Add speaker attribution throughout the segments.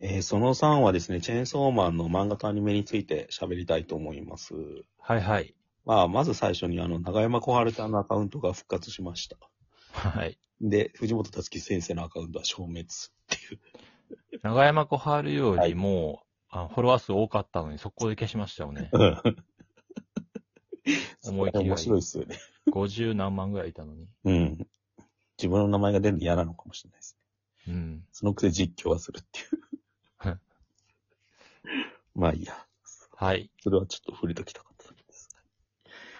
Speaker 1: えーその3はですね、チェーンソーマンの漫画とアニメについて喋りたいと思います。
Speaker 2: はいはい。
Speaker 1: まあ、まず最初に、あの、長山小春さんのアカウントが復活しました。
Speaker 2: はい。
Speaker 1: で、藤本達樹先生のアカウントは消滅。。
Speaker 2: 長山小春よりも、あフォロワー数多かったのに、速攻で消しましたよ ね
Speaker 1: うん
Speaker 2: 思い切りがいい
Speaker 1: 面白いっすよね。
Speaker 2: 50何万ぐらいいたのに。
Speaker 1: うん。自分の名前が出るの嫌なのかもしれないです。
Speaker 2: うん。
Speaker 1: そのくせ実況はするっ ていう。まあいいや。
Speaker 2: はい。
Speaker 1: それはちょっと触れときたかっただけです。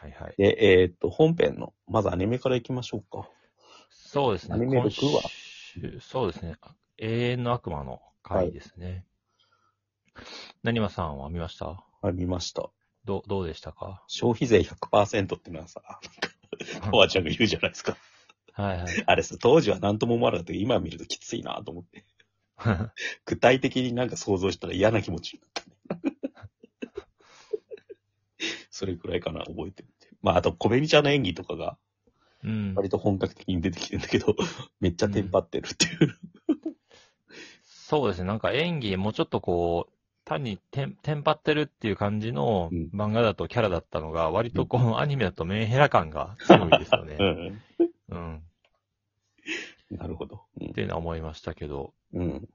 Speaker 2: はいはい。
Speaker 1: で、えーっと、本編の、まずアニメから行きましょうか。
Speaker 2: そうですね。
Speaker 1: アニメ
Speaker 2: 今
Speaker 1: 録は
Speaker 2: 週そうですね。あ永遠の悪魔の回ですね。なにわさんは見ました
Speaker 1: あ、見ました。
Speaker 2: どう、どうでしたか
Speaker 1: 消費税100%ってのはさ、おばあちゃんが言うじゃないですか。
Speaker 2: はい はい。
Speaker 1: あれさ、当時は何とも思わなかったけど、今見るときついなと思って。具体的になんか想像したら嫌な気持ちになったね。 それくらいかな、覚えてるっていう。まあ、あと、コベミちゃんの演技とかが、
Speaker 2: うん。
Speaker 1: 割と本格的に出てきてるんだけど、めっちゃテンパってるっていう。
Speaker 2: そうですね。なんか演技、もうちょっとこう、単にテンテンパってるっていう感じの
Speaker 1: うん
Speaker 2: 漫画だとキャラだったのが、割とこのアニメだとメンヘラ感が強いですよ
Speaker 1: う
Speaker 2: ね。
Speaker 1: ん。
Speaker 2: うん。
Speaker 1: なるほど。うん
Speaker 2: っていうのは思いましたけど。
Speaker 1: うん。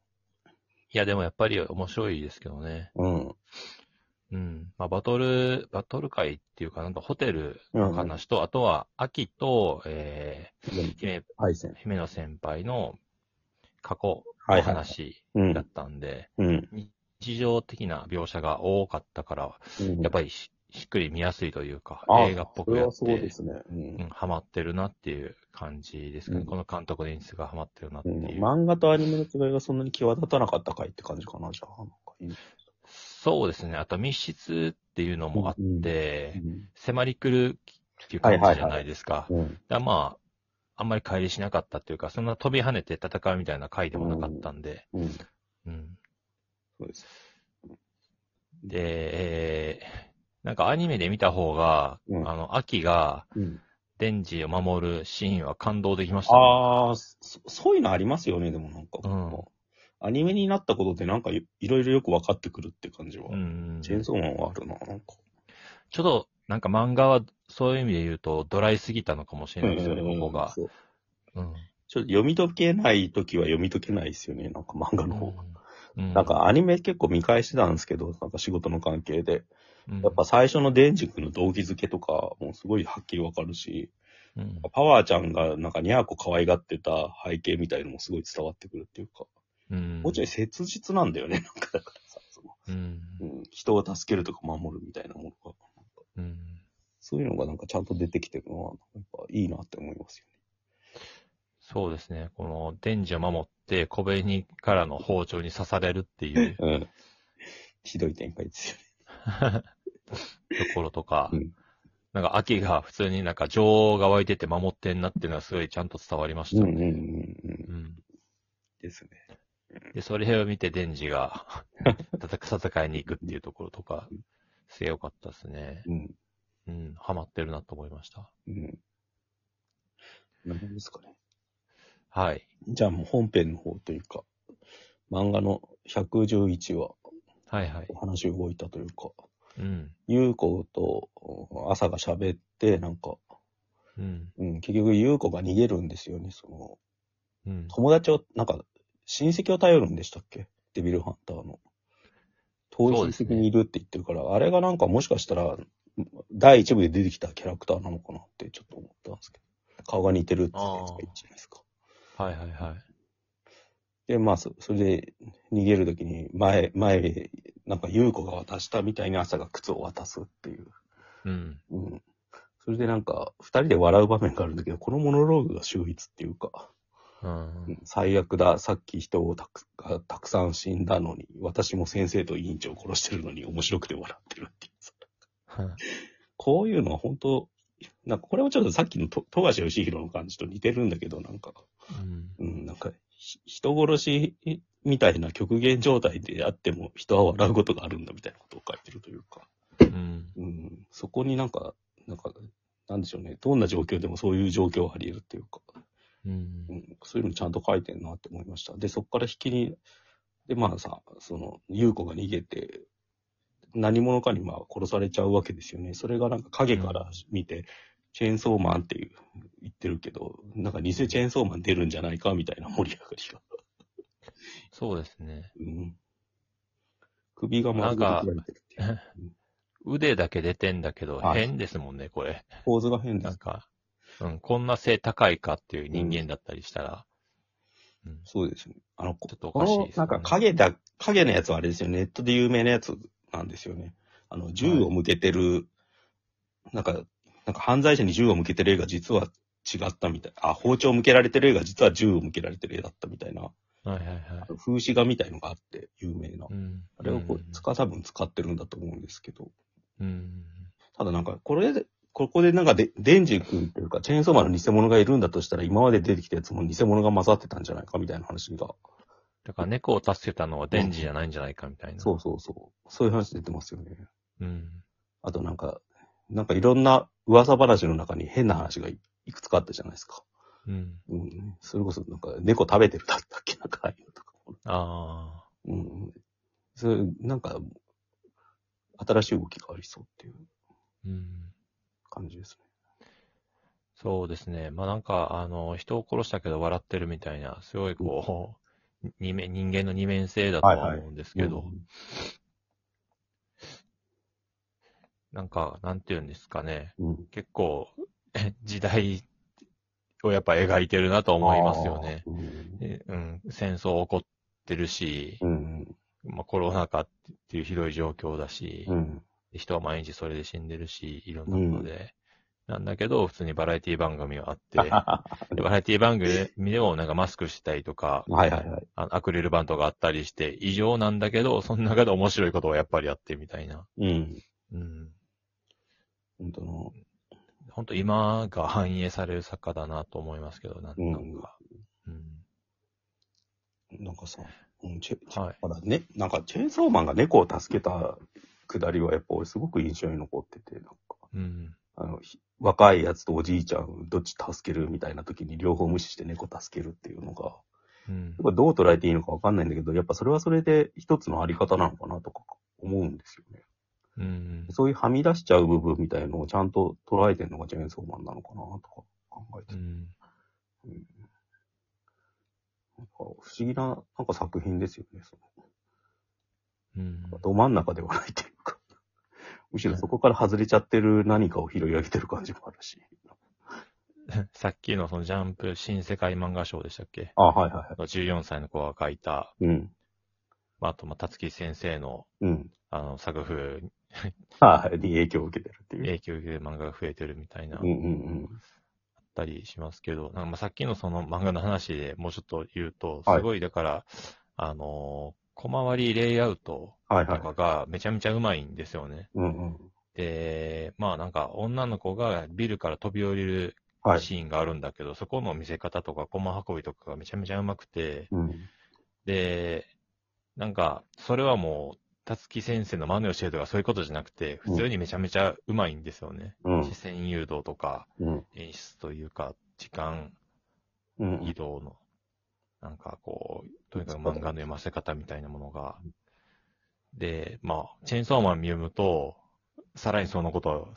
Speaker 2: いや、でもやっぱり面白いですけどね。
Speaker 1: うん。
Speaker 2: うん。まあ、バトル、バトル会っていうかなんかホテル
Speaker 1: うん。
Speaker 2: の話と、あとは、秋と、えー、姫、
Speaker 1: 配線。
Speaker 2: 姫の先輩の過去
Speaker 1: はいは
Speaker 2: の
Speaker 1: い
Speaker 2: 話
Speaker 1: う
Speaker 2: だっ
Speaker 1: ん。
Speaker 2: たんで、
Speaker 1: うん。
Speaker 2: 日常的な描写が多かったから、やっぱりししっくり見やすいというか、
Speaker 1: あ
Speaker 2: 映画っぽ
Speaker 1: そ
Speaker 2: く
Speaker 1: れ
Speaker 2: や
Speaker 1: は
Speaker 2: っ
Speaker 1: そうで
Speaker 2: て、
Speaker 1: すね。うん
Speaker 2: うん、ハマってるなっていう感じですかね。
Speaker 1: うん
Speaker 2: この監督の演出がハマってるなって
Speaker 1: うん
Speaker 2: いう。
Speaker 1: 漫画とアニメの違いがそんなに際立たなかったかいって感じかな、じゃあ。なんかいい
Speaker 2: そうですね。あと密室っていうのもあって、迫り来るっていう感じじゃないですか。
Speaker 1: うん
Speaker 2: だからまあ、あんまり乖離しなかったっていうか、そんな飛び跳ねて戦うみたいな回でもなかったんで、
Speaker 1: うん。
Speaker 2: うん。
Speaker 1: そうです。
Speaker 2: で、えーなんかアニメで見た方が、
Speaker 1: うん
Speaker 2: あの、秋が、
Speaker 1: うん、
Speaker 2: デンジを守るシーンは感動できましたね、
Speaker 1: ああ、そそういうのありますよね、でもなんか。
Speaker 2: うん
Speaker 1: アニメになったことでなんかいいろいろよく分かってくるって感じは。
Speaker 2: うん。
Speaker 1: チェーンソーマンはあるな、なんか。
Speaker 2: ちょっと、なんか漫画は、そういう意味で言うと、ドライすぎたのかもしれないですよね、
Speaker 1: うん
Speaker 2: ここが。
Speaker 1: そう
Speaker 2: うん。
Speaker 1: ちょっと読み解けない時は読み解けないですよね、なんか漫画の方が。
Speaker 2: うん
Speaker 1: なん、かアニメ結構見返してたんですけど、なんか仕事の関係で。
Speaker 2: うん
Speaker 1: やっぱ、最初のデンジ君の動機づけとか、もうすごいはっきりわかるし、
Speaker 2: うん
Speaker 1: パワーちゃんがなんかニャーコ可愛がってた背景みたいのもすごい伝わってくるっていうか、
Speaker 2: うん。
Speaker 1: もうちょい切実なんだよね、なんかだからさ、その、
Speaker 2: うん。
Speaker 1: うん、人を助けるとか守るみたいなものが、
Speaker 2: うん。
Speaker 1: そういうのがなんかちゃんと出てきてるのは、やっぱいいなって思いますよ
Speaker 2: そうですね。この、デンジを守って、小紅からの包丁に刺されるって いう
Speaker 1: ね。うん。ひどい展開ですよね。
Speaker 2: ところとか、
Speaker 1: うん
Speaker 2: なんか秋が普通になんか女王が湧いてて守ってんなっていうのはすごいちゃんと伝わりました
Speaker 1: うんうんう
Speaker 2: ね。
Speaker 1: んうん。
Speaker 2: うん
Speaker 1: ですね。
Speaker 2: で、それを見てデン ジが戦戦いに行くっていうところとか、すげえよかったですね。
Speaker 1: うん。
Speaker 2: うん、ハマってるなと思いました。
Speaker 1: うん。なんですかね。
Speaker 2: はい。
Speaker 1: じゃあもう本編の方というか、漫画の111話、
Speaker 2: はいはい。
Speaker 1: お話動いたというか、
Speaker 2: うん。
Speaker 1: ゆうことお朝が喋って、なんか、
Speaker 2: うん。
Speaker 1: うん、結局ゆうこが逃げるんですよね。その、
Speaker 2: うん。
Speaker 1: 友達を、なんか、親戚を頼るんでしたっけデビルハンターの。遠い
Speaker 2: そう
Speaker 1: 親
Speaker 2: ですね
Speaker 1: 戚にいるって言ってるから、あれがなんかもしかしたら、第一部で出てきたキャラクターなのかなってちょっと思ったんですけど。顔が似てるって言ってたじゃないですか。
Speaker 2: はいはいは
Speaker 1: で、まあ、そそれで逃げるときに、前、前へ、なんか、優子が渡したみたいに朝が靴を渡すっていう。
Speaker 2: い。うん。
Speaker 1: うん。それでなんか、二人で笑う場面があるんだけど、このモノローグが秀逸っていうか、
Speaker 2: うん。
Speaker 1: 最悪だ、さっき人をたくがたくさん死んだのに、私も先生と委員長を殺してるのに面白くて笑ってるっていうさ。こういうのは本当なんかこれもちょっとさっきのと富樫義弘の感じと似てるんだけど、なんか、
Speaker 2: うん
Speaker 1: うん、なんか、ひ人殺しみたいな極限状態であっても人は笑うことがあるんだみたいなことを書いてるというか、
Speaker 2: うん。
Speaker 1: うん、そこになんか、なんか、なんでしょうね、どんな状況でもそういう状況はあり得るっていうか、
Speaker 2: うん
Speaker 1: うん、そういうのちゃんと書いてるなって思いました。で、そこから引きに、で、まあさ、その、優子が逃げて、何者かにまあ殺されちゃうわけですよね。それがなんか影から見て、チェーンソーマンっていう言ってるけど、なんか偽チェーンソーマン出るんじゃないかみたいな盛り上がりが。
Speaker 2: そうですね。
Speaker 1: うん。首がまず
Speaker 2: なんか
Speaker 1: 切られてるっていううん
Speaker 2: 腕だけ出てんだけど、
Speaker 1: はい
Speaker 2: 変ですもんね、これ。
Speaker 1: 構図が変で
Speaker 2: なん
Speaker 1: す。
Speaker 2: か、うん、こんな背高いかっていう人間だったりしたら、うん、
Speaker 1: そうですね。あの、
Speaker 2: ちょっとお
Speaker 1: こ
Speaker 2: かしい
Speaker 1: の
Speaker 2: で、す
Speaker 1: な
Speaker 2: よね
Speaker 1: んか影だ、影のやつはあれですよね。ネットで有名なやつなんですよね。あの、銃を向けてる、なんか、なんか犯罪者に銃を向けてる絵が実は違ったみたい。あ、包丁を向けられてる絵が実は銃を向けられてる絵だったみたいな、
Speaker 2: はいはいはい。
Speaker 1: 風刺画みたいのがあって有名な。
Speaker 2: うん。
Speaker 1: あれをこう、つか、多分使ってるんだと思うんですけど。
Speaker 2: うん。
Speaker 1: ただなんか、これで、ここでなんかで、デンジ君というか、チェーンソーマンの偽物がいるんだとしたら、今まで出てきたやつも偽物が混ざってたんじゃないかみたいな話が
Speaker 2: だから猫を助けたのはデンジじゃないんじゃないかみたいな。
Speaker 1: そうそうそう。そういう話出てますよね。
Speaker 2: う。うん。
Speaker 1: あとなんか、なんかいろんな噂話の中に変な話がいいくつかあったじゃないですか。
Speaker 2: うん。
Speaker 1: うん。それこそなんか猫食べてるだったっけなんかああいうのとか。
Speaker 2: あ
Speaker 1: うん。それ、なんか、新しい動きがありそうっていう
Speaker 2: あ。うん。
Speaker 1: 感じですね。
Speaker 2: そうですね。まあなんか、あの、人を殺したけど笑ってるみたいな、すごいこう、 二面、人間の二面性だとは思うんですけど、なんか、なんていうんですかね。
Speaker 1: うん。
Speaker 2: 結構、 時代をやっぱ描いてるなと思いますよね。
Speaker 1: あー。
Speaker 2: でうん、戦争起こってるし、
Speaker 1: うん。
Speaker 2: まあ、コロナ禍っていうひどい状況だし、
Speaker 1: うん。
Speaker 2: 人は毎日それで死んでるし、いろんなことで。なんだけど、普通にバラエティ番組があ って、でバラエティ番組でもなんかマスクしてたりとか、
Speaker 1: はいはいはい。
Speaker 2: あアクリル板とかあったりして、異常なんだけど、その中で面白いことをやっぱりやってみたいな。
Speaker 1: うん。
Speaker 2: うん。
Speaker 1: 本当の、
Speaker 2: 本当今が反映される作家だなと思いますけど、なん
Speaker 1: うん
Speaker 2: なんか。うん。
Speaker 1: なんかさ、うん、チェ
Speaker 2: はい。
Speaker 1: ただね、なんかチェーンソーマンが猫を助けたくだりはやっぱ俺すごく印象に残ってて、なんか、
Speaker 2: うん。
Speaker 1: あの、ひ若いやつとおじいちゃん、どっち助けるみたいな時に両方無視して猫助けるっていうのが、
Speaker 2: うん
Speaker 1: やっ。ぱどう捉えていいのかわかんないんだけど、やっぱそれはそれで一つのあり方なのかなとか思うんですよね。
Speaker 2: うん。
Speaker 1: そういうはみ出しちゃう部分みたいのをちゃんと捉えてるのがチェーンソーマンなのかなとか考えて
Speaker 2: う
Speaker 1: て、
Speaker 2: ん。
Speaker 1: なんか不思議ななんか作品ですよね。その
Speaker 2: うん。
Speaker 1: ど真ん中ではないというか、 むしろそこから外れちゃってる何かを拾い上げてる感じもあるし。
Speaker 2: さっきのそのジャンプ新世界漫画賞でしたっけ
Speaker 1: あ、はいはいは
Speaker 2: 14歳の子が書いた、
Speaker 1: い。うん。
Speaker 2: まあ、あと、まあ、たつき先生の、
Speaker 1: うん。
Speaker 2: あの、作風に
Speaker 1: はい。に影響を受けてるっていう。
Speaker 2: 影響を受ける漫画が増えてるみたいな、あ
Speaker 1: うん
Speaker 2: っ
Speaker 1: うん
Speaker 2: たりしますけど、なんかまあ、さっきのその漫画の話でもうちょっと言うと、
Speaker 1: はい
Speaker 2: すごい、だから、あのー小回りレイアウト
Speaker 1: うん。はい
Speaker 2: と
Speaker 1: はい。
Speaker 2: かがめちゃめちゃうまいんですよね。
Speaker 1: うんうん。
Speaker 2: で、まあなんか女の子がビルから飛び降りる
Speaker 1: はい。
Speaker 2: シーンがあるんだけど、そこの見せ方とか、コマ運びとかがめちゃめちゃうまくて、
Speaker 1: うん。
Speaker 2: で、なんか、それはもう、たつき先生の真似をしてるとか、そういうことじゃなくて、
Speaker 1: うん
Speaker 2: 普通にめちゃめちゃうまいんですよね。
Speaker 1: うん
Speaker 2: 視。線誘導とか、
Speaker 1: うん。
Speaker 2: 演出というか、時間
Speaker 1: う
Speaker 2: 移
Speaker 1: ん。
Speaker 2: 動の、なんかこう、とにかく漫画の読ませ方みたいなものが。で、まあ、チェーンソーマン見読むと、さらにそのことを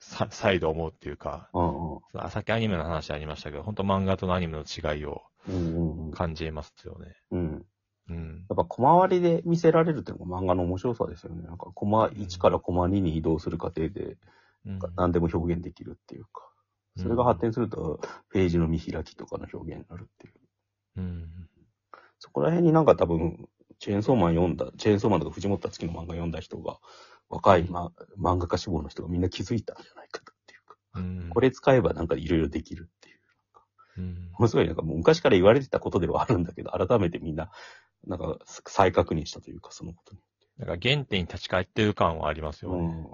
Speaker 2: さ再度思うっていうか、
Speaker 1: うん。
Speaker 2: そのさっきアニメの話ありましたけど、本当漫画とのアニメの違いを
Speaker 1: うん。
Speaker 2: 感じますよね。
Speaker 1: うん。
Speaker 2: うん。
Speaker 1: やっぱ小回りで見せられるっていうのが漫画の面白さですよね。なんかコマ1からコマ2に移動する過程で
Speaker 2: うん
Speaker 1: 何でも表現できるっていうか。それが発展するとページの見開きとかの表現になるっていう。
Speaker 2: うん。
Speaker 1: そこら辺になんか多分、チェーンソーマン読んだ、チェーンソーマンとか藤本つきの漫画読んだ人が、若い、ま、漫画家志望の人がみんな気づいたんじゃないかなっていうか、
Speaker 2: うん
Speaker 1: こ、れ使えばなんかいろいろできるっていう。
Speaker 2: うん
Speaker 1: ものすごいなんかもう昔から言われてたことではあるんだけど、改めてみんな、なんか再確認したというか、そのことに。
Speaker 2: なんか原点に立ち返ってる感はありますよ
Speaker 1: う
Speaker 2: ね。
Speaker 1: ん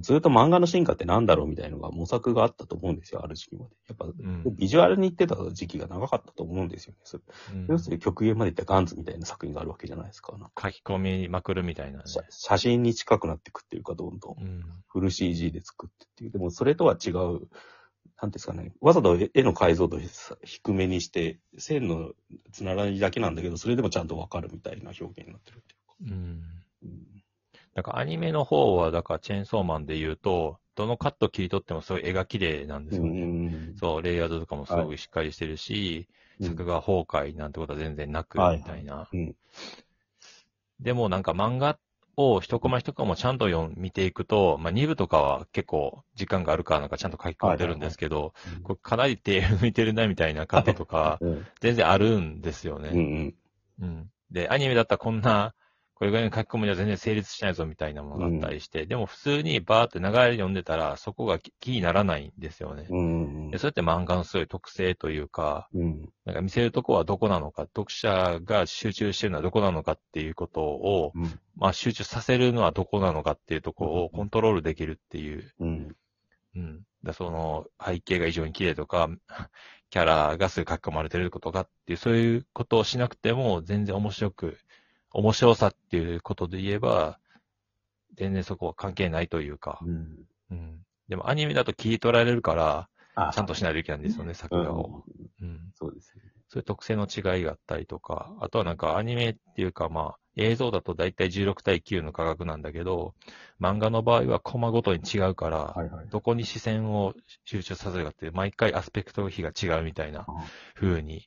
Speaker 1: ずっと漫画の進化ってなんだろうみたいのが模索があったと思うんですよ、ある時期まで。やっぱ、
Speaker 2: うん。
Speaker 1: ビジュアルに行ってた時期が長かったと思うんですよね。それ
Speaker 2: うん
Speaker 1: 要するに極限まで行ったガンズみたいな作品があるわけじゃないですか。なんか
Speaker 2: 書き込みまくるみたいなね。
Speaker 1: 写写真に近くなってくっていうか、どんどん
Speaker 2: うん。
Speaker 1: フル CG で作ってっていう。でもそれとは違うなんですかね、わざと絵の解像度低めにして、線のつながりだけなんだけど、それでもちゃんとわかるみたいな表現になってるっていうか。
Speaker 2: うん。
Speaker 1: うん
Speaker 2: なんかアニメの方は、だからチェーンソーマンで言うと、どのカット切り取ってもすごい絵が綺麗なんですよね。
Speaker 1: ん
Speaker 2: そう、レイヤードとかもすごいしっかりしてるし、
Speaker 1: うん
Speaker 2: 作画崩壊なんてことは全然なく、
Speaker 1: はい
Speaker 2: みたいな。
Speaker 1: うん
Speaker 2: でもなんか漫画を一コマ一コマちゃんと読ん見ていくと、まあ2部とかは結構時間があるからなんかちゃんと書き込んでるんですけど、これかなり手抜いてるなみたいなカットとか、
Speaker 1: うん
Speaker 2: 全然あるんですよね。
Speaker 1: うんうん
Speaker 2: うん。で、アニメだったらこんな、これぐらいの書き込みでは全然成立しないぞみたいなものがあったりして、でも普通にバーって流れで読んでたら、そこが気気にならないんですよね。
Speaker 1: うん
Speaker 2: で、それって漫画のすごい特性というか、
Speaker 1: うん
Speaker 2: なんか見せるとこはどこなのか、読者が集中してるのはどこなのかっていうことを、
Speaker 1: うん
Speaker 2: まあ集中させるのはどこなのかっていうところをコントロールできるっていう
Speaker 1: うん
Speaker 2: うん。だその背景が異常に綺麗とか、 キャラがすぐ書き込まれてるとかっていう、そういうことをしなくても全然面白く、面白さっていうことで言えば、全然そこは関係ないというか、
Speaker 1: うん
Speaker 2: うん。でもアニメだと切り取られるから、
Speaker 1: あ
Speaker 2: ちゃんとしないといけないんですよね、作
Speaker 1: うん
Speaker 2: 画を。うん。
Speaker 1: そうですね。
Speaker 2: そういう特性の違いがあったりとか、あとはなんかアニメっていうかまあ、映像だとだいたい16対9の価格なんだけど、漫画の場合はコマごとに違うから、
Speaker 1: はいはい。
Speaker 2: どこに視線を集中させるかっていう、毎回アスペクト比が違うみたいな
Speaker 1: あ
Speaker 2: 風に、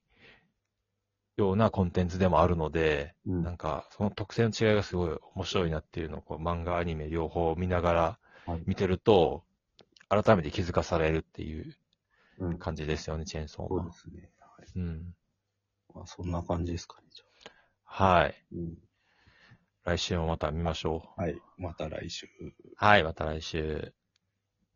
Speaker 2: ようなコンテンツでもあるので、
Speaker 1: うん
Speaker 2: なんかその特性の違いがすごい面白いなっていうのをこう漫画、アニメ両方見ながら
Speaker 1: はい
Speaker 2: 見てると、改めて気づかされるっていう
Speaker 1: うん
Speaker 2: 感じですよね、チェーンソー
Speaker 1: そう
Speaker 2: は
Speaker 1: で。すね。はい
Speaker 2: うん。
Speaker 1: まあ、そんな感じですかね、じゃあ
Speaker 2: はい。
Speaker 1: うん
Speaker 2: 来週もまた見ましょ
Speaker 1: はい。また来週。
Speaker 2: う。はい、また来週。